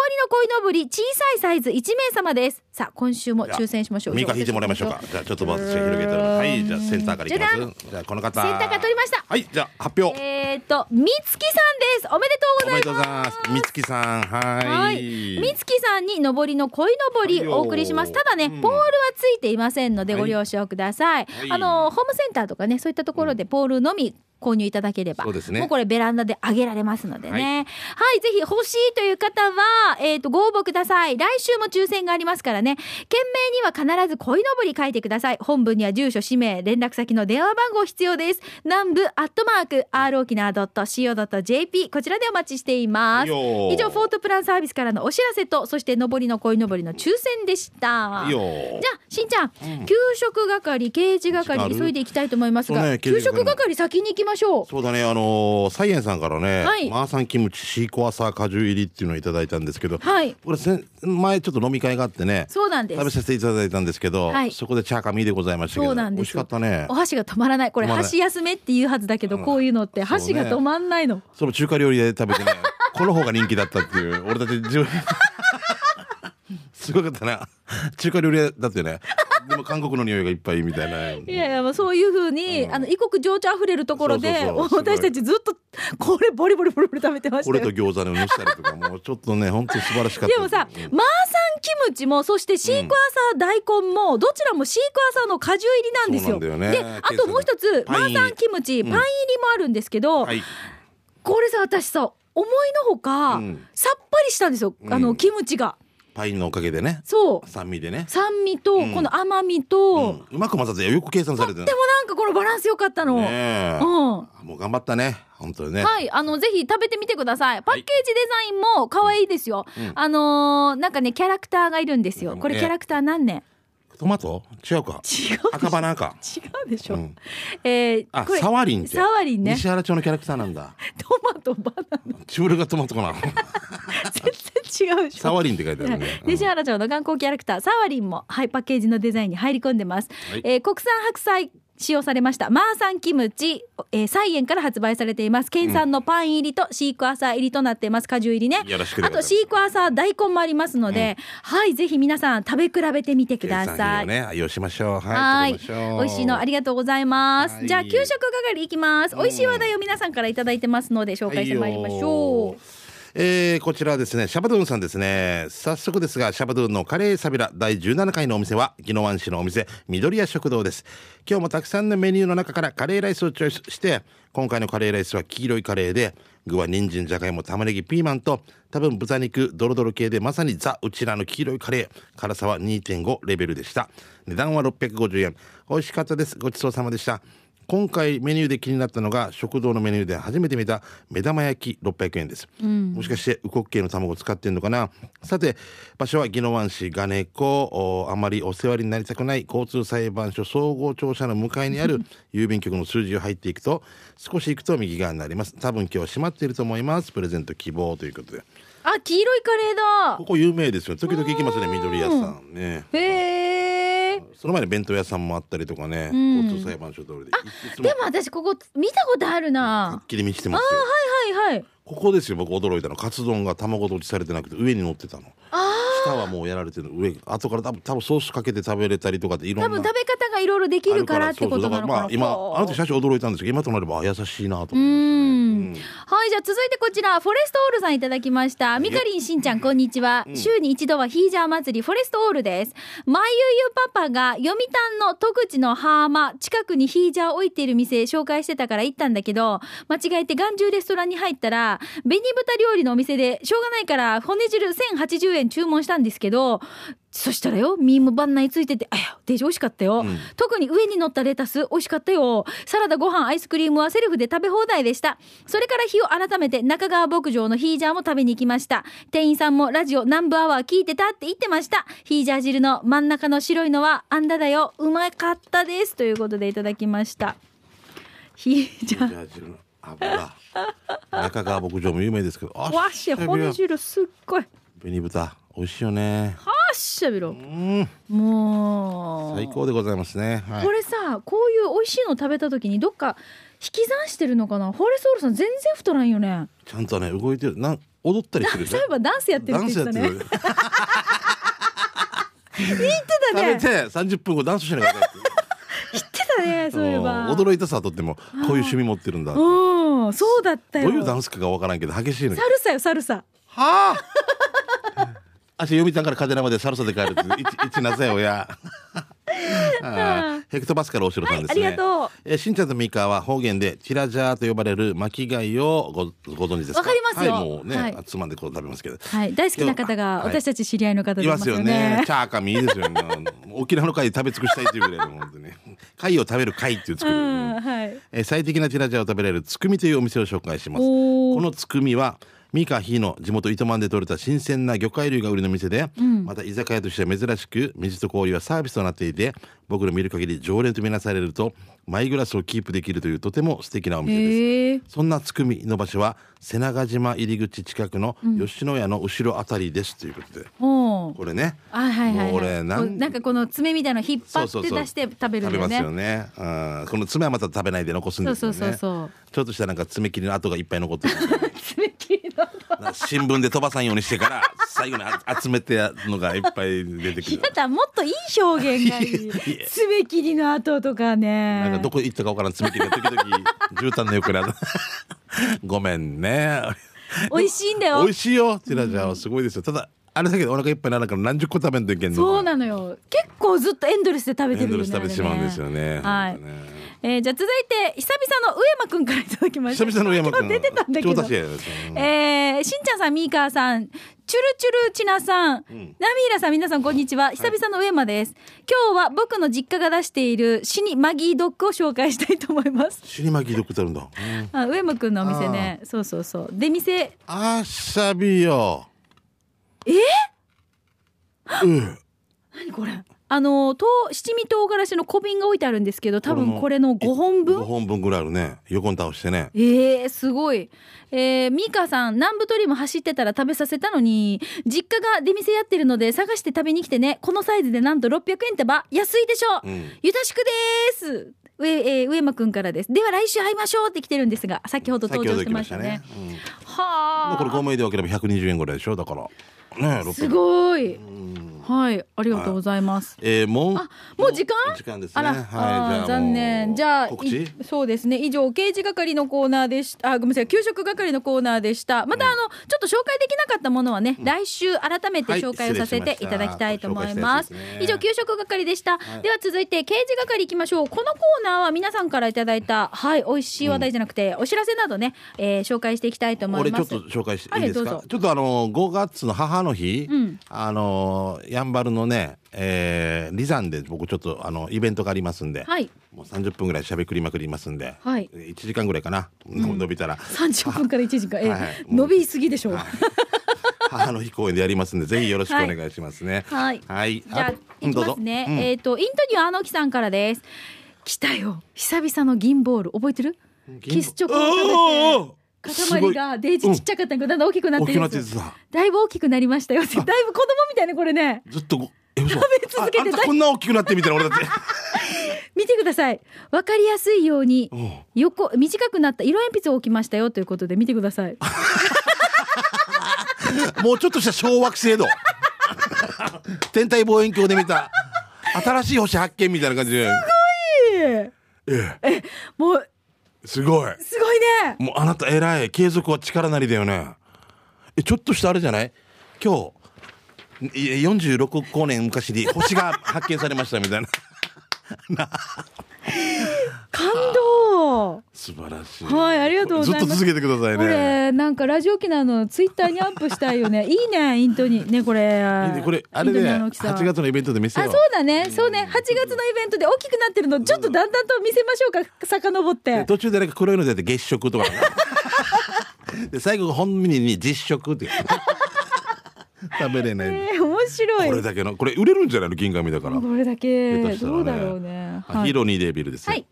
[SPEAKER 1] のぼり小さいサイズ1名様ですさあ今週も抽選しましょう
[SPEAKER 2] ミカ引いてもらいましょうかじゃあちょっと私が広げておりますはいじゃあセンターからいき
[SPEAKER 1] じゃ
[SPEAKER 2] ますじゃあこの方
[SPEAKER 1] センターから取りました
[SPEAKER 2] はいじゃあ発表
[SPEAKER 1] えーっとみつきさんですおめでと
[SPEAKER 2] お
[SPEAKER 1] うござ
[SPEAKER 2] めで
[SPEAKER 1] い
[SPEAKER 2] とうご
[SPEAKER 1] ま
[SPEAKER 2] ざ
[SPEAKER 1] す
[SPEAKER 2] いますみつきさんは
[SPEAKER 1] はいい、みつきさんに上りの鯉のぼ
[SPEAKER 2] はい
[SPEAKER 1] り
[SPEAKER 2] よ
[SPEAKER 1] お送りします。ただね、
[SPEAKER 2] うん
[SPEAKER 1] ポールはついていませんので
[SPEAKER 2] はい
[SPEAKER 1] ご了承ください。
[SPEAKER 2] はい
[SPEAKER 1] あのホームセンターとかねそういったところでポールのみ購入いただければ、
[SPEAKER 2] そうですね
[SPEAKER 1] もうこれベランダであげられますのでね。はい、ぜひ欲しいという方はえっ、とご応募ください。来週も抽選がありますからね。件名には必ず鯉のぼり書いてください。本文には住所、氏名、連絡先の電話番号必要です。南部アットマーク r 沖縄ドット co ドット jp こちらでお待ちしています。
[SPEAKER 2] いいよ
[SPEAKER 1] 以上フォートプランサービスからのお知らせとそして上りの鯉のぼりの抽選でした
[SPEAKER 2] いいよ
[SPEAKER 1] じゃあしんちゃん、給食係刑事
[SPEAKER 2] 時間あ
[SPEAKER 1] 係
[SPEAKER 2] る
[SPEAKER 1] 急いでいきたいと思います
[SPEAKER 2] そ
[SPEAKER 1] が、
[SPEAKER 2] うね刑
[SPEAKER 1] 給
[SPEAKER 2] 事係
[SPEAKER 1] 食係先に行きましょう
[SPEAKER 2] そうだねあのーサイエンさんからね
[SPEAKER 1] はい
[SPEAKER 2] マーサンキムチシーコアサー果汁入りっていうのをいただいたんですけど
[SPEAKER 1] はい
[SPEAKER 2] これ先前ちょっと飲み会があってね
[SPEAKER 1] そうなんで
[SPEAKER 2] 食べ
[SPEAKER 1] す
[SPEAKER 2] させていただいたんですけど
[SPEAKER 1] はい
[SPEAKER 2] そこでチャーカミーでございましたけ
[SPEAKER 1] そ
[SPEAKER 2] ど
[SPEAKER 1] う
[SPEAKER 2] 美
[SPEAKER 1] なんです
[SPEAKER 2] 味しかったね
[SPEAKER 1] お箸が止まらないこれ
[SPEAKER 2] 止まらない
[SPEAKER 1] 箸休めって言うはずだけど、
[SPEAKER 2] うん
[SPEAKER 1] こういうのって
[SPEAKER 2] そうね
[SPEAKER 1] 箸が止まんないの、
[SPEAKER 2] それも中華料理で食べ てねこの方が人気だったっていう俺だって自分 すごかったな中華料理屋だってねでも韓国の匂いがいっぱいみたいない
[SPEAKER 1] やいやもうそういうふうに、
[SPEAKER 2] うん
[SPEAKER 1] あの異国情緒あふれるところで
[SPEAKER 2] そうそうそうすごい
[SPEAKER 1] 私たちずっとこれボリボリボリボリ食べてました
[SPEAKER 2] 俺
[SPEAKER 1] よ
[SPEAKER 2] と餃子の蒸したりとかもうちょっとね本当に素晴らしかった
[SPEAKER 1] でもさ、マーサンキムチもそしてシークワーサー大根も、どちらもシークワーサーの果汁入りなんですよ。
[SPEAKER 2] そうなんだよね
[SPEAKER 1] であともう一つ
[SPEAKER 2] パ
[SPEAKER 1] マ
[SPEAKER 2] イン入り
[SPEAKER 1] ーサンキムチ
[SPEAKER 2] う
[SPEAKER 1] パイン
[SPEAKER 2] ん
[SPEAKER 1] 入りもあるんですけど、
[SPEAKER 2] はい
[SPEAKER 1] これさ私さ思いのほか、
[SPEAKER 2] うん
[SPEAKER 1] さっぱりしたんですよ、
[SPEAKER 2] うん
[SPEAKER 1] あのキムチが。
[SPEAKER 2] パインのおかげでね
[SPEAKER 1] そう
[SPEAKER 2] 酸味でね
[SPEAKER 1] 酸味と
[SPEAKER 2] うん
[SPEAKER 1] この甘み
[SPEAKER 2] う
[SPEAKER 1] と、
[SPEAKER 2] んうまく混ざってよく計算されて
[SPEAKER 1] と
[SPEAKER 2] る
[SPEAKER 1] ってもなんかこのバランス良かったの。
[SPEAKER 2] ねえ
[SPEAKER 1] うん
[SPEAKER 2] もう頑張ったね本当にね
[SPEAKER 1] はい、あのぜひ食べてみてください。パッケージデザインも可愛いですよ。
[SPEAKER 2] うん
[SPEAKER 1] あのーなんかねキャラクターがいるんですよ。これ
[SPEAKER 2] ええ
[SPEAKER 1] キャラクター何ね？
[SPEAKER 2] トマト違うか
[SPEAKER 1] 違う
[SPEAKER 2] 赤花か
[SPEAKER 1] 違うでしょ。
[SPEAKER 2] うん
[SPEAKER 1] えー
[SPEAKER 2] あ
[SPEAKER 1] これ
[SPEAKER 2] サワリンって
[SPEAKER 1] サワリンね
[SPEAKER 2] 西原町のキャラクターなんだ
[SPEAKER 1] トマトバナナ
[SPEAKER 2] チュールがトマトか な
[SPEAKER 1] 全然違うでしょ
[SPEAKER 2] サワリンって書いてある
[SPEAKER 1] はい
[SPEAKER 2] ね
[SPEAKER 1] 西原町の観光キャラクターサワリンも、はい、パッケージのデザインに入り込んでます、
[SPEAKER 2] はい
[SPEAKER 1] えー国産白菜使用されましたマーサンキムチ、えー、菜園から発売されています県産のパン入りとシークワーサー入りとなっています果汁入りね
[SPEAKER 2] よろしくで
[SPEAKER 1] あ
[SPEAKER 2] ございま
[SPEAKER 1] と
[SPEAKER 2] す
[SPEAKER 1] シークワーサー大根もありますので、はいぜひ皆さん食べ比べてみてください
[SPEAKER 2] ね、愛用しましょう。は。
[SPEAKER 1] はいい
[SPEAKER 2] 食べまょう
[SPEAKER 1] 美味しいのありがとうございます。
[SPEAKER 2] はい
[SPEAKER 1] じゃあ給食係いきます。
[SPEAKER 2] うん
[SPEAKER 1] 美味しい話題を皆さんからいただいてますので紹介してまいりましょ
[SPEAKER 2] はいよ
[SPEAKER 1] う。
[SPEAKER 2] えーこちらですね、シャバドゥンさんですね。早速ですが、シャバドゥンのカレーサビラ第17回のお店は、宜野湾市のお店、緑屋食堂です。今日もたくさんのメニューの中からカレーライスをチョイスして、今回のカレーライスは黄色いカレーで、具は人参、じゃがいも、玉ねぎ、ピーマンと、多分豚肉、ドロドロ系でまさにザ・うちらの黄色いカレー。辛さは2.5レベルでした。値段は650円。美味しかったです。ごちそうさまでした。今回メニューで気になったのが食堂のメニューで初めて見た目玉焼き600円です、もしかしてウコッケイの卵を使ってんのかなさて場所は宜野湾市金子おあまりお世話になりたくない交通裁判所総合庁舎の向かいにある郵便局の数字を入っていくと少し行くと右側になります多分今日は閉まっていると思いますプレゼント希望ということで
[SPEAKER 1] あ黄色いカレーだ
[SPEAKER 2] こ。こ有名ですよ時々行きますね緑屋さんね
[SPEAKER 1] へえ。
[SPEAKER 2] その前に弁当屋さんもあったりとかね、交通裁判所通りでいつも
[SPEAKER 1] でも私ここ見たことある
[SPEAKER 2] は
[SPEAKER 1] な
[SPEAKER 2] っ。きり見してますよ
[SPEAKER 1] はいはいはい。
[SPEAKER 2] ここですよ僕驚いたのカツ丼が卵とじされてなくて上に乗ってたの
[SPEAKER 1] あ
[SPEAKER 2] 下はもうやられてる上後から多分多分ソースかけて食べれたりとかっていろんな
[SPEAKER 1] 多分食べ方がいろいろできるからってことなのかな
[SPEAKER 2] あるからそうそうだからまあ今あの時
[SPEAKER 1] こ
[SPEAKER 2] 写真驚いたんですけど今となればあ優しいなと
[SPEAKER 1] うう
[SPEAKER 2] 思って
[SPEAKER 1] んはいじゃあ続いてこちらフォレストオールさんいただきましたみかりんしんちゃんこんにちは、週に一度はヒージャー祭りフォレストオールですまゆゆパパが読谷の戸口のハーマ近くにヒージャー置いている店紹介してたから行ったんだけど間違えて眼中レストランに入ったら紅豚料理のお店でしょうがないから骨汁1080円注文したんですけどそしたらよ身も番内ついててあやデジ美味しかったよ、
[SPEAKER 2] うん
[SPEAKER 1] 特に上に乗ったレタス美味しかったよサラダご飯アイスクリームはセルフで食べ放題でしたそれから日を改めて中川牧場のヒージャーも食べに行きました店員さんもラジオ南部アワー聞いてたって言ってましたヒージャー汁の真ん中の白いのはあんだだようまかったですということでいただきましたヒージャー
[SPEAKER 2] じゃあ自分油中川牧場も有名ですけどあ
[SPEAKER 1] わっしゃ
[SPEAKER 2] しゃべり
[SPEAKER 1] 骨
[SPEAKER 2] は
[SPEAKER 1] 汁すっごい
[SPEAKER 2] 紅豚美味しいよね
[SPEAKER 1] あっしゃべろ
[SPEAKER 2] うん
[SPEAKER 1] もう
[SPEAKER 2] 最高でございますねはい
[SPEAKER 1] これさこういう美味しいの食べた時にどっか引き算してるのかなホーレソウルさん全然太らんよね
[SPEAKER 2] ちゃんとね動いてるなん踊ったりしてるでしょ
[SPEAKER 1] そういえばダンスやってる
[SPEAKER 2] ダ
[SPEAKER 1] って
[SPEAKER 2] ン
[SPEAKER 1] 言っ
[SPEAKER 2] ス
[SPEAKER 1] て
[SPEAKER 2] やったて
[SPEAKER 1] ね言
[SPEAKER 2] る
[SPEAKER 1] ってた
[SPEAKER 2] 食
[SPEAKER 1] ね
[SPEAKER 2] べ
[SPEAKER 1] 言って
[SPEAKER 2] 30分後ダンスしなかったっていう
[SPEAKER 1] てたねそういえば
[SPEAKER 2] うん驚いたさとってもこういう趣味持ってるんだど
[SPEAKER 1] うんそうだった
[SPEAKER 2] う
[SPEAKER 1] よ
[SPEAKER 2] いうダンスかがわからんけど激しいの
[SPEAKER 1] サ
[SPEAKER 2] は
[SPEAKER 1] ルサよサルサ
[SPEAKER 2] あ 明日読谷からカデラまでサルサで帰るって一一なさ よやあーヘクトパスカルお城さんですね、
[SPEAKER 1] はいありがとう
[SPEAKER 2] えーしんちゃんとミーカーは方言でティラジャーと呼ばれる巻き貝をごご存知ですか
[SPEAKER 1] わかりますよ
[SPEAKER 2] はい、もうね、
[SPEAKER 1] はい
[SPEAKER 2] つまんでこう食べますけど
[SPEAKER 1] はい大好きな方が
[SPEAKER 2] はい
[SPEAKER 1] 私たち知り合いの方で
[SPEAKER 2] い
[SPEAKER 1] いま
[SPEAKER 2] ますす
[SPEAKER 1] よ
[SPEAKER 2] よね
[SPEAKER 1] ね。
[SPEAKER 2] チャーカミいいですよね。あの沖縄の貝食べ尽くしたいというぐらいの本当にね。貝を食べる貝っていう作
[SPEAKER 1] う
[SPEAKER 2] り、
[SPEAKER 1] んはい
[SPEAKER 2] えー最適なティラジャーを食べられるつくみというお店を紹介します。
[SPEAKER 1] おー
[SPEAKER 2] このつくみはミカヒの地元糸満で採れた新鮮な魚介類が売りの店で、また居酒屋としては珍しく水と氷はサービスとなっていて僕の見る限り常連とみなされるとマイグラスをキープできるというとても素敵なお店です。
[SPEAKER 1] へえ
[SPEAKER 2] そんなつくみの場所は瀬長島入り口近くの吉野家の後ろあたりですということで、
[SPEAKER 1] お
[SPEAKER 2] これね
[SPEAKER 1] あはいはい
[SPEAKER 2] もう
[SPEAKER 1] はい
[SPEAKER 2] 俺な
[SPEAKER 1] こ
[SPEAKER 2] ん
[SPEAKER 1] うなんかこの爪みたいなの引っ張って出して食べるんだよ
[SPEAKER 2] 食べますよ
[SPEAKER 1] ね
[SPEAKER 2] ね、うん、この爪はまた食べないで残すんですよね
[SPEAKER 1] そうそうそうそう
[SPEAKER 2] ちょっとしたなんか爪切りの跡がいっぱい残ってるな新聞で飛ばさんようにしてから最後にあ集めてやるのがいっぱい出てくる
[SPEAKER 1] ただもっといい表現がいい爪切りの跡とかね
[SPEAKER 2] なんかどこ行ったかわからん爪切りが時々絨毯の横にある ごめんね
[SPEAKER 1] 美味しいんだよ
[SPEAKER 2] 美味しいよティラジャーはすごいですよただあれだけでお腹いっぱいにならんから何十個食べんといけんの
[SPEAKER 1] そうなのよ結構ずっとエンドレスで食べて
[SPEAKER 2] エン
[SPEAKER 1] る
[SPEAKER 2] ド
[SPEAKER 1] よね
[SPEAKER 2] レス食べてしまうんですよね
[SPEAKER 1] あれ
[SPEAKER 2] 本当
[SPEAKER 1] ね
[SPEAKER 2] ね
[SPEAKER 1] はい、えーじゃあ続いて久々の上山くんからいただきました
[SPEAKER 2] 久々の上山
[SPEAKER 1] 今
[SPEAKER 2] 君
[SPEAKER 1] 日出てたんだけ
[SPEAKER 2] 超
[SPEAKER 1] ど
[SPEAKER 2] 達也ですようん
[SPEAKER 1] えー、しんちゃんさん、みーかーさん、チュルチュルちなさん、ナミーラさん、皆さん、こんにちは。久々の上間です。今日は僕の実家が出している死にマギードッグを紹介したいと思います。
[SPEAKER 2] 死に巻きどこてあるんだ、うん
[SPEAKER 1] あ上間くんのお店ね。そうそうそう。出店、
[SPEAKER 2] あさびよ。
[SPEAKER 1] 何これあの、と七味唐辛子の小瓶が置いてあるんですけど、多分これの5本分
[SPEAKER 2] 5本分ぐらいあるね。横に倒してね。
[SPEAKER 1] えー、すごい。えー、ミカさん、南部トリム走ってたら食べさせたのに、実家が出店やってるので探して食べに来てね、このサイズでなんと600円ってば、安いでしょう、
[SPEAKER 2] うん
[SPEAKER 1] ゆたしくです上、えー、上間くんからです。では来週会いましょうって来てるんですが、先ほど登場してましたね。
[SPEAKER 2] 先ほど行きましたねうん
[SPEAKER 1] は
[SPEAKER 2] これ5
[SPEAKER 1] あ。
[SPEAKER 2] 名で分ければ120円ぐらいでしょだから。ねえ、600
[SPEAKER 1] すごい。はい、ありがとうございます。
[SPEAKER 2] えー、もう。
[SPEAKER 1] あもう時間
[SPEAKER 2] 時間ですね。
[SPEAKER 1] あら、
[SPEAKER 2] はい、
[SPEAKER 1] あー
[SPEAKER 2] もう
[SPEAKER 1] 残念。じゃあ、
[SPEAKER 2] 告
[SPEAKER 1] い
[SPEAKER 2] 知。
[SPEAKER 1] そうですね。以上、刑事係のコーナーでした。あ、ごめんなさい。給食係のコーナーでした。また、あの、ちょっと紹介できなかったものはね、来週改めて
[SPEAKER 2] はい
[SPEAKER 1] 紹介をさせていただきたいと思い
[SPEAKER 2] 失礼しま
[SPEAKER 1] ま
[SPEAKER 2] し
[SPEAKER 1] す。
[SPEAKER 2] た紹介したやつですね
[SPEAKER 1] 以上、給食係でした。
[SPEAKER 2] い
[SPEAKER 1] では、続いて、刑事係いきましょう。このコーナーは皆さんからいただいた、はい、美味しい話題じゃなくて、お知らせなどね、えー紹介していきたいと思い
[SPEAKER 2] 俺ち
[SPEAKER 1] ま
[SPEAKER 2] ょっ
[SPEAKER 1] す。
[SPEAKER 2] と紹介して
[SPEAKER 1] はい
[SPEAKER 2] いですか、
[SPEAKER 1] どうぞ
[SPEAKER 2] ちょっとあの5月の母の日、
[SPEAKER 1] うん
[SPEAKER 2] あのやんばるのね、えー、リザンで僕ちょっとあのイベントがありますんで、
[SPEAKER 1] はい。
[SPEAKER 2] もう30分ぐらいしゃべくりまくりますんで、
[SPEAKER 1] はい
[SPEAKER 2] 1時間ぐらいかな、伸びたら
[SPEAKER 1] 30分から1時間。えー
[SPEAKER 2] はいはい
[SPEAKER 1] 伸びすぎでしょう。
[SPEAKER 2] 母の日公演でやりますんで、ぜひよろしくお願いしますね。
[SPEAKER 1] はい
[SPEAKER 2] はい。
[SPEAKER 1] じゃあ、
[SPEAKER 2] うん
[SPEAKER 1] いき
[SPEAKER 2] どう
[SPEAKER 1] ま
[SPEAKER 2] ぞ
[SPEAKER 1] すね。
[SPEAKER 2] うん
[SPEAKER 1] えっ、と、イントニュアのきさんからです。来たよ。久々の銀ボール、覚えてるキスチョコを
[SPEAKER 2] お
[SPEAKER 1] 食
[SPEAKER 2] ーおー
[SPEAKER 1] べて、
[SPEAKER 2] すご
[SPEAKER 1] 塊
[SPEAKER 2] い
[SPEAKER 1] がデージちっちゃかったのがだんだん大きくなって
[SPEAKER 2] 大
[SPEAKER 1] る
[SPEAKER 2] きくな
[SPEAKER 1] や
[SPEAKER 2] ってるや
[SPEAKER 1] つ
[SPEAKER 2] つだ。
[SPEAKER 1] だいぶ大きくなりましたよって。だいぶ子供みたいね、これね。
[SPEAKER 2] ずっとご、え、嘘。
[SPEAKER 1] べ続けて
[SPEAKER 2] ああんたこんな大きくなってみたいな、俺だって。
[SPEAKER 1] 見てください。わかりやすいように
[SPEAKER 2] おう、
[SPEAKER 1] 横、短くなった色鉛筆を置きましたよということで、見てください。
[SPEAKER 2] もうちょっとした小惑星度。 天体望遠鏡で見た新しい星発見みたいな感じで
[SPEAKER 1] もう
[SPEAKER 2] すごい
[SPEAKER 1] すごいね
[SPEAKER 2] もうあなた偉い継続は力なりだよねえちょっとしたあれじゃない今日い46億光年昔に星が発見されましたみたいな
[SPEAKER 1] 感動
[SPEAKER 2] 素晴らしい
[SPEAKER 1] はいありがとうございます
[SPEAKER 2] ずっと続けてください
[SPEAKER 1] こ
[SPEAKER 2] ね
[SPEAKER 1] れなんかラジオ沖縄のツイッターにアップしたいよねいいねイントにねこれ
[SPEAKER 2] いいねこれあれね
[SPEAKER 1] イントにの大きさ
[SPEAKER 2] 8月のイベントで見せ
[SPEAKER 1] あ
[SPEAKER 2] よ
[SPEAKER 1] そううだねそうね8月のイベントで大きくなってるのちょっとだんだんと見せましょうか遡って
[SPEAKER 2] で途中でなんか黒いの出て月 食とかね、で最後本人に実食っていう食べれない、
[SPEAKER 1] えー面白い
[SPEAKER 2] これだけのこれ売れるんじゃないの銀紙だから、
[SPEAKER 1] これだけ
[SPEAKER 2] 下手したら
[SPEAKER 1] ど
[SPEAKER 2] ね
[SPEAKER 1] うだろうね
[SPEAKER 2] あヒーローニーデイビルですね、
[SPEAKER 1] はい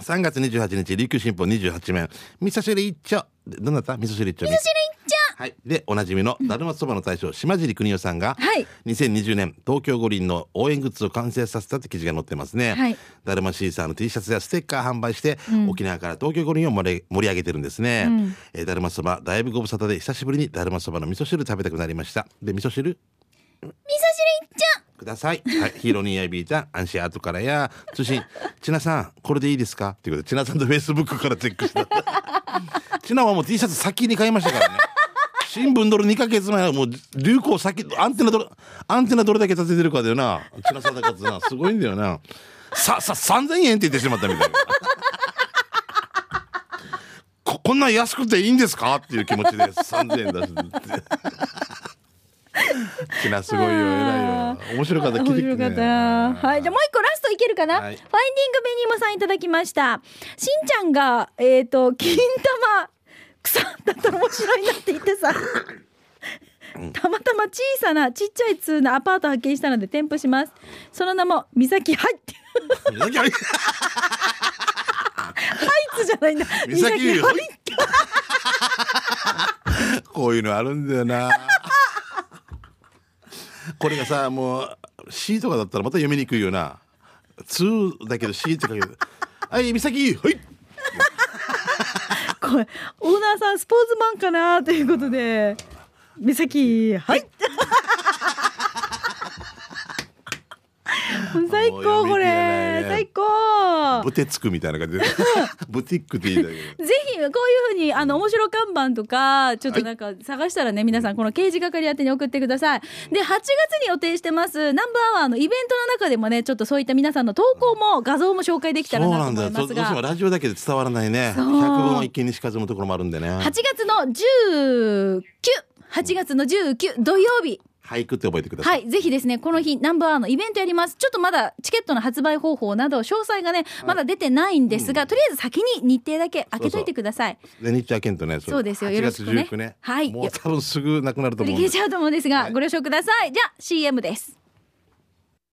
[SPEAKER 2] 3月28日琉球新報28面味噌汁一丁でどなた味噌汁一丁味噌汁一丁はいでおなじみのだるまそばの大将島尻邦夫さんが、
[SPEAKER 1] はい
[SPEAKER 2] 2020年東京五輪の応援グッズを完成させたって記事が載ってますね、
[SPEAKER 1] はい
[SPEAKER 2] だるまシーサーの T シャツやステッカー販売して、沖縄から東京五輪を盛り盛り上げてるんですね、えーだるまそばだいぶご無沙汰で久しぶりにだるまそばの味噌汁食べたくなりましたで味噌汁ください。はい、ヒーローニーアイビーター、アンシアートからや、通信、ちなさん、これでいいですかっていうことで、ちなさんとフェイスブックからチェックした。ちなはもう T シャツ先に買いましたから ね。新聞ドル2ヶ月前はもう流行先、アンテナどれ、アンテナどれだけ立ててるかだよな。ちなさんだかつな、すごいんだよな。さ、さ、3000円って言ってしまったみたいな。 ここんなん安くていいんですかっていう気持ちで3000円出 してって。ちなすごいよ、偉いよ。面白かった、
[SPEAKER 1] 面白かった。はい。じゃあもう一個ラストいけるかな、
[SPEAKER 2] はい
[SPEAKER 1] ファインディングベニーモさんいただきました。しんちゃんが、えっ、と、金玉、腐ったと面白いなって言ってさ。たまたま小さなちっちゃい通のアパートを発見したので添付しますその名も「三崎ハイ」って
[SPEAKER 2] 宮崎あり
[SPEAKER 1] ハイツじゃないんだ
[SPEAKER 2] 三
[SPEAKER 1] 三
[SPEAKER 2] 崎
[SPEAKER 1] ハイ
[SPEAKER 2] こういうのあるんだよな。 これがさ、もう、C とかだったらまた読みにくいよな。2だけど C とか言う。はい、美咲はい
[SPEAKER 1] これオーナーさんスポーツマンかなということで三崎ハイ最高これ最高
[SPEAKER 2] ブテつくみたいな感じで。 ブティックって言いたいけど。
[SPEAKER 1] ぜひこういうふうにあの面白看板とかちょっとなんか探したらね、皆さんこの掲示係宛てに送ってくださいで8月に予定してますナンバーワンのイベントの中でもねちょっとそういった皆さんの投稿も画像も紹介できたら
[SPEAKER 2] そう
[SPEAKER 1] なと
[SPEAKER 2] な
[SPEAKER 1] 思
[SPEAKER 2] んだ
[SPEAKER 1] いま
[SPEAKER 2] よ。どう
[SPEAKER 1] す
[SPEAKER 2] どうしても
[SPEAKER 1] が
[SPEAKER 2] ラジオだけで伝わらないね。
[SPEAKER 1] そう
[SPEAKER 2] 百分は一見にしかずむところもあるんでね。
[SPEAKER 1] 8月の198月の19土曜日
[SPEAKER 2] 俳句って覚えてくださ。
[SPEAKER 1] はいい、ぜひですね、この日、ナンバーワンのイベントやります。ちょっとまだチケットの発売方法など、詳細がね、まだ出てないんですが、とりあえず先に日程だけ開けといてください。
[SPEAKER 2] で、日中明けんとね。れ
[SPEAKER 1] そうですよ
[SPEAKER 2] 8
[SPEAKER 1] よろしくね
[SPEAKER 2] 月19ね。
[SPEAKER 1] はい
[SPEAKER 2] もう多分すぐなくなると
[SPEAKER 1] 売
[SPEAKER 2] 思
[SPEAKER 1] り切れ
[SPEAKER 2] うんで
[SPEAKER 1] ちゃうと思うんですが、ご了承ください。じゃあ、CM です。